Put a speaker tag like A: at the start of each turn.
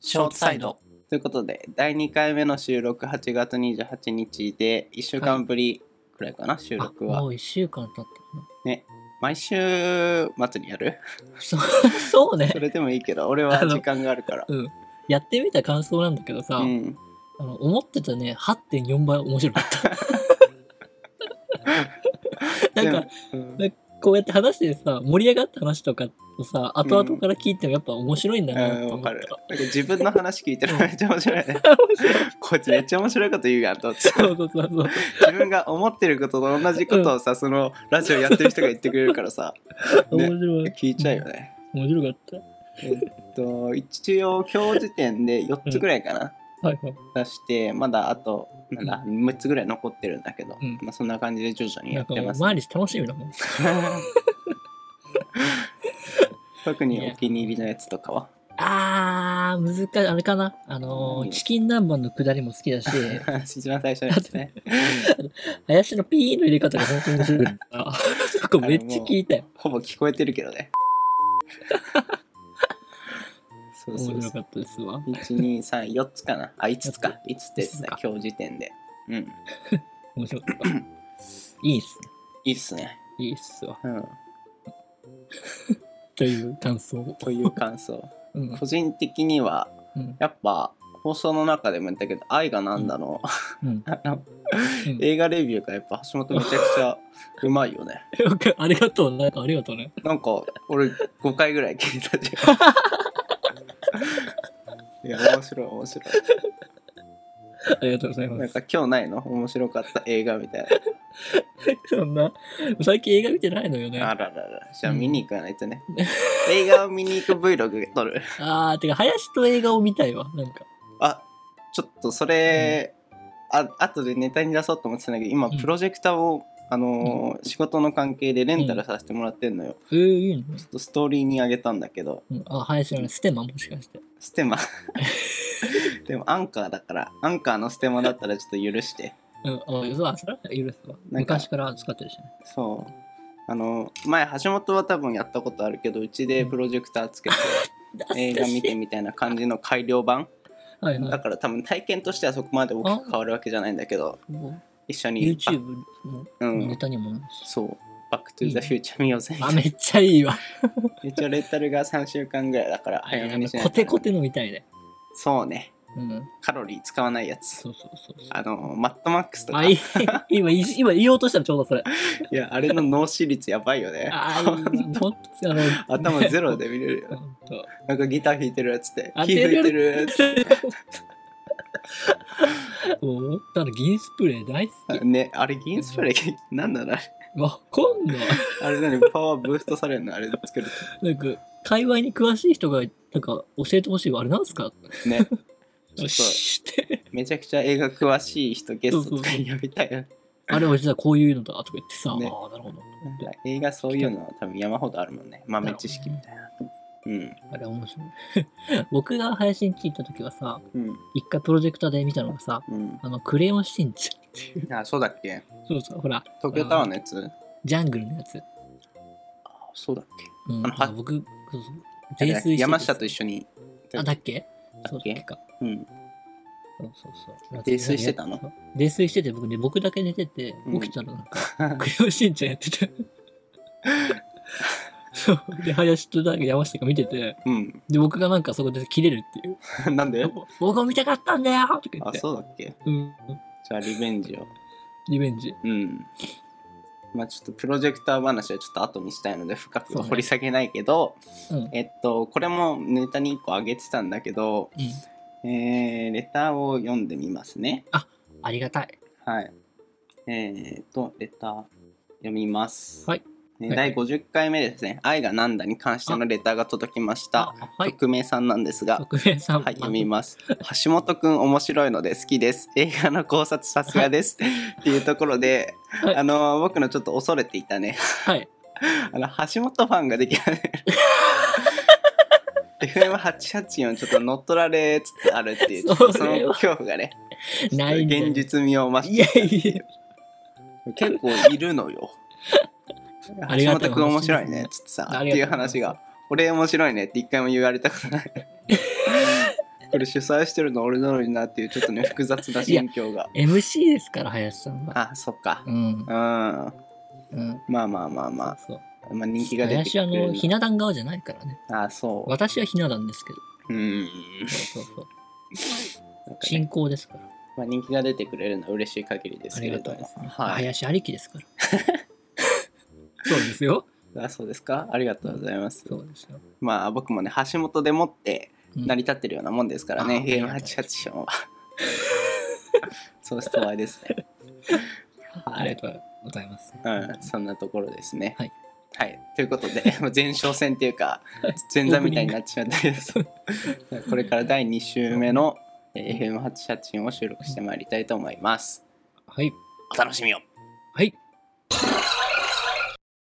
A: ショートサイド。
B: ということで第2回目の収録8月28日で1週間ぶりくらいかな、収
A: あ
B: 録
A: も
B: は
A: う一週間経ったな。
B: 毎週末にや る
A: そうそうね
B: そ。れでもいいけど俺は時間があるから
A: うん。やってみた感想なんだけどさ、
B: うん
A: あの思ってたね、8.4倍面白 かった。なんか、
B: でもうん
A: なんこうやって話してさ、盛り上がった話とかをさ、後々から聞いてもやっぱ面白いんだ
B: う
A: な
B: んわ
A: と思った。
B: かるなんか自分の話聞いてるめっちゃ面白いねこいつめっちゃ面白いこと言うやんと思って
A: そうそう そうそう。
B: 自分が思ってることと同じことをさ、そのラジオやってる人が言ってくれるからさね
A: 面白い。
B: 聞いちゃうよね、
A: 面白かった。
B: えっと一応今日時点で4つぐらいかな、
A: はいはい。
B: 出してまだあとなんだ6つぐらい残ってるんだけど、
A: うん
B: まあ、そんな感じで徐々にや
A: なん
B: っ
A: か
B: て
A: も
B: ま
A: う
B: す、
A: 毎日楽しみだもん。
B: 特にお気に入りのやつとかは
A: あー、難しい。あれかな。あのー
B: 何
A: チキン南蛮のくだりも好きだし、
B: 一番最初のやつ ね
A: 林のピーの入れ方が本当に面白い からそこめっちゃ聞いたよ。
B: ほぼ聞こえてるけど ねそうそ
A: 面
B: う
A: 白
B: そ
A: か
B: う
A: ったですわ。
B: 1234つかなあ5つか5つですね
A: 五つか
B: 今日時点でうん
A: 面白かった。いいっすね。
B: いいっすね
A: いいっすわ。
B: うん
A: という感想を。
B: という感想
A: うん
B: 個人的には
A: うん
B: やっぱ放送の中でも言ったけど愛がなんだの、
A: うん
B: あの
A: うん
B: 映画レビューがやっぱ橋本めちゃくち ゃうまいよね。
A: よくありがとう。なんかありがとうね。
B: なんか俺5回ぐらい聞いたじ ゃん。いや面白い面白
A: ありがとうござい
B: い。
A: ま
B: なん
A: す
B: か。今日ないの面白かった映画みたい
A: そんな、最近映画見てないのよね。
B: な。あ
A: あ
B: ららら。じゃあ見に行かないとね。映画を見に行く Vlog 撮 る。
A: ー、てか、林と映画を見たいわ。なんか。
B: あちょっとそれ、あ後でネタに出そうと思ってたんだけど今
A: うん
B: プロジェクターを、あのー仕事の関係でレンタルさせてもらってんのよ。
A: えー、いいの
B: ちょっとストーリーにあげたんだけど
A: うんあ、林のね、ステマもしかして。
B: ステ マでもアンカーだからアンカーのステマだったらちょっと許して
A: うん、あ、そうあそれは許すわ。
B: なんか
A: 昔から使ってるしね。
B: そうあの前橋本は多分やったことあるけどうちでプロジェクターつけて映画見てみたいな感じの改良版
A: はいは
B: だ
A: い。
B: から多分体験としてはそこまで大きく変わるわけじゃないんだけど
A: も
B: 一緒
A: う
B: に
A: YouTube の
B: あう
A: ネ
B: ん
A: タにもなるし。
B: そうバックトゥーザフューチャー見ようぜ
A: あ、めっちゃいいわ。
B: 一応レンタルが3週間ぐらいだから早めにしないと
A: コテコテのみたいで。
B: そうね
A: うん。
B: カロリー使わないやつ
A: そうそうそうそう。
B: あのマットマックスとか
A: あ、い い。今、い今言おうとしたらちょうどそれ。
B: いや、あれの脳死率やばいよね。
A: あー、いいな。ほんと、あの、
B: 頭ゼロで見れるよ
A: ほ
B: ね。
A: んと。
B: なんかギター弾いてるやつって、
A: あ
B: 火吹いてるやつ
A: もう、あの、銀スプレー大好き。
B: ね、あれ銀スプレー、 なんだろうあれ
A: わかんない。
B: あれ何パワーブーストされるのあれ作る
A: なんか、界隈に詳しい人が、なんか、教えてほしいわ。あれなんすか
B: と。ね。ちょっと、
A: 知って。
B: めちゃくちゃ映画詳しい人ゲストとか
A: そうそう
B: 呼びたいよね。
A: あれは実はこういうのだとか言ってさ、
B: ね
A: ああ、なるほど。
B: 映画そういうのは多分山ほどあるもんね。豆知識みたいな。うん。
A: あれ面白い。 僕が配信聞いた時はさ、
B: うん。
A: 一回プロジェクターで見たのがさ、
B: うん。
A: あの、クレヨンしんちゃんっていう。
B: あ、 そうだっけ
A: そうそう、ほら、
B: 東京タワーのやつ
A: ジャングルのやつ。
B: あそうだっけ
A: うん、
B: あのは
A: あの僕、そうそう、
B: あれ
A: 泥
B: だっ
A: 酔
B: け
A: してて
B: 山下と一緒に。
A: あ、だっけそうだっけか。
B: うん。
A: そうそうそう。
B: 泥酔してたの
A: 泥酔してて僕ね、僕だけ寝てて、
B: うん
A: 起きたらなんか、 クレヨンしんちゃんやってて。 そう。で、林となんか山下が見てて、
B: うん。
A: で、僕がなんかそこで切れるっていう。
B: なんで
A: 僕を見たかったんだよとか言っ
B: あ、
A: て。
B: そうだっけ
A: うん。
B: じゃあリベンジを。
A: リベンジ。
B: うん。まあちょっとプロジェクター話はちょっと後にしたいので深く
A: そう
B: は
A: ね
B: 掘り下げないけど、
A: うん。
B: えっとこれもネタに1個上げてたんだけど、
A: うん
B: えーレターを読んでみますね。
A: ありがたい。
B: はい。えー、っとレター読みます。
A: はい
B: ね
A: はいはい
B: 第50回目ですね「愛がなんだ」に関してのレターが届きました、
A: あはい。
B: 匿名さんなんですが
A: 特命さん。
B: はい、読みます。橋本くん面白いので好きです。映画の考察さすがです。っていうところで、
A: はい
B: あの僕のちょっと恐れていたね、
A: はい。
B: あの橋本ファンができない FM884 ちょっと乗っ取られつつあるっていうちょっと
A: そ
B: そ
A: れ
B: の
A: は
B: 恐怖がね
A: ないんだよ
B: 現実味を増
A: い
B: し
A: やい や。
B: て結構いるの よ
A: あり
B: 橋
A: がたい
B: 本くん面白い ねつってさっていう話が。俺面白いねって一回も言われたことないこれ主催してるの俺なのになっていうちょっとね複雑ない
A: や
B: 心境が
A: MC ですから、林さんは。
B: あそっか
A: う
B: うんん。ま
A: うん。
B: あまあまあまあ、
A: そう
B: まあ、人気が出て
A: 林はあ
B: くる
A: の、ひな壇側じゃないからね。
B: あそ
A: 私はひな壇ですけど。
B: ううん
A: そうそうそ
B: なんか
A: う。
B: ね
A: 進行ですから。
B: まあ、人気が出てくれるのは嬉しい限りで
A: あ
B: すけ
A: りが
B: れ
A: た
B: ど
A: いで
B: も
A: すね。
B: はい
A: 林ありきで すから。そうですよ。
B: あそうですかありがとうございます
A: そうですよ。
B: まあ僕もね橋本でもって
A: うん
B: 成り立ってるようなもんですからね、
A: あー
B: AM88 ションはそうした場合です ね
A: ありがとうございます。
B: うん、そんなところですね。
A: はい。
B: はい、ということで、 もう前哨戦っていうか、前座みたいになっちゃったけ ど、これから第2週目のえー FM8 写真を収録してまいりたいと思います。
A: はい。
B: お楽しみを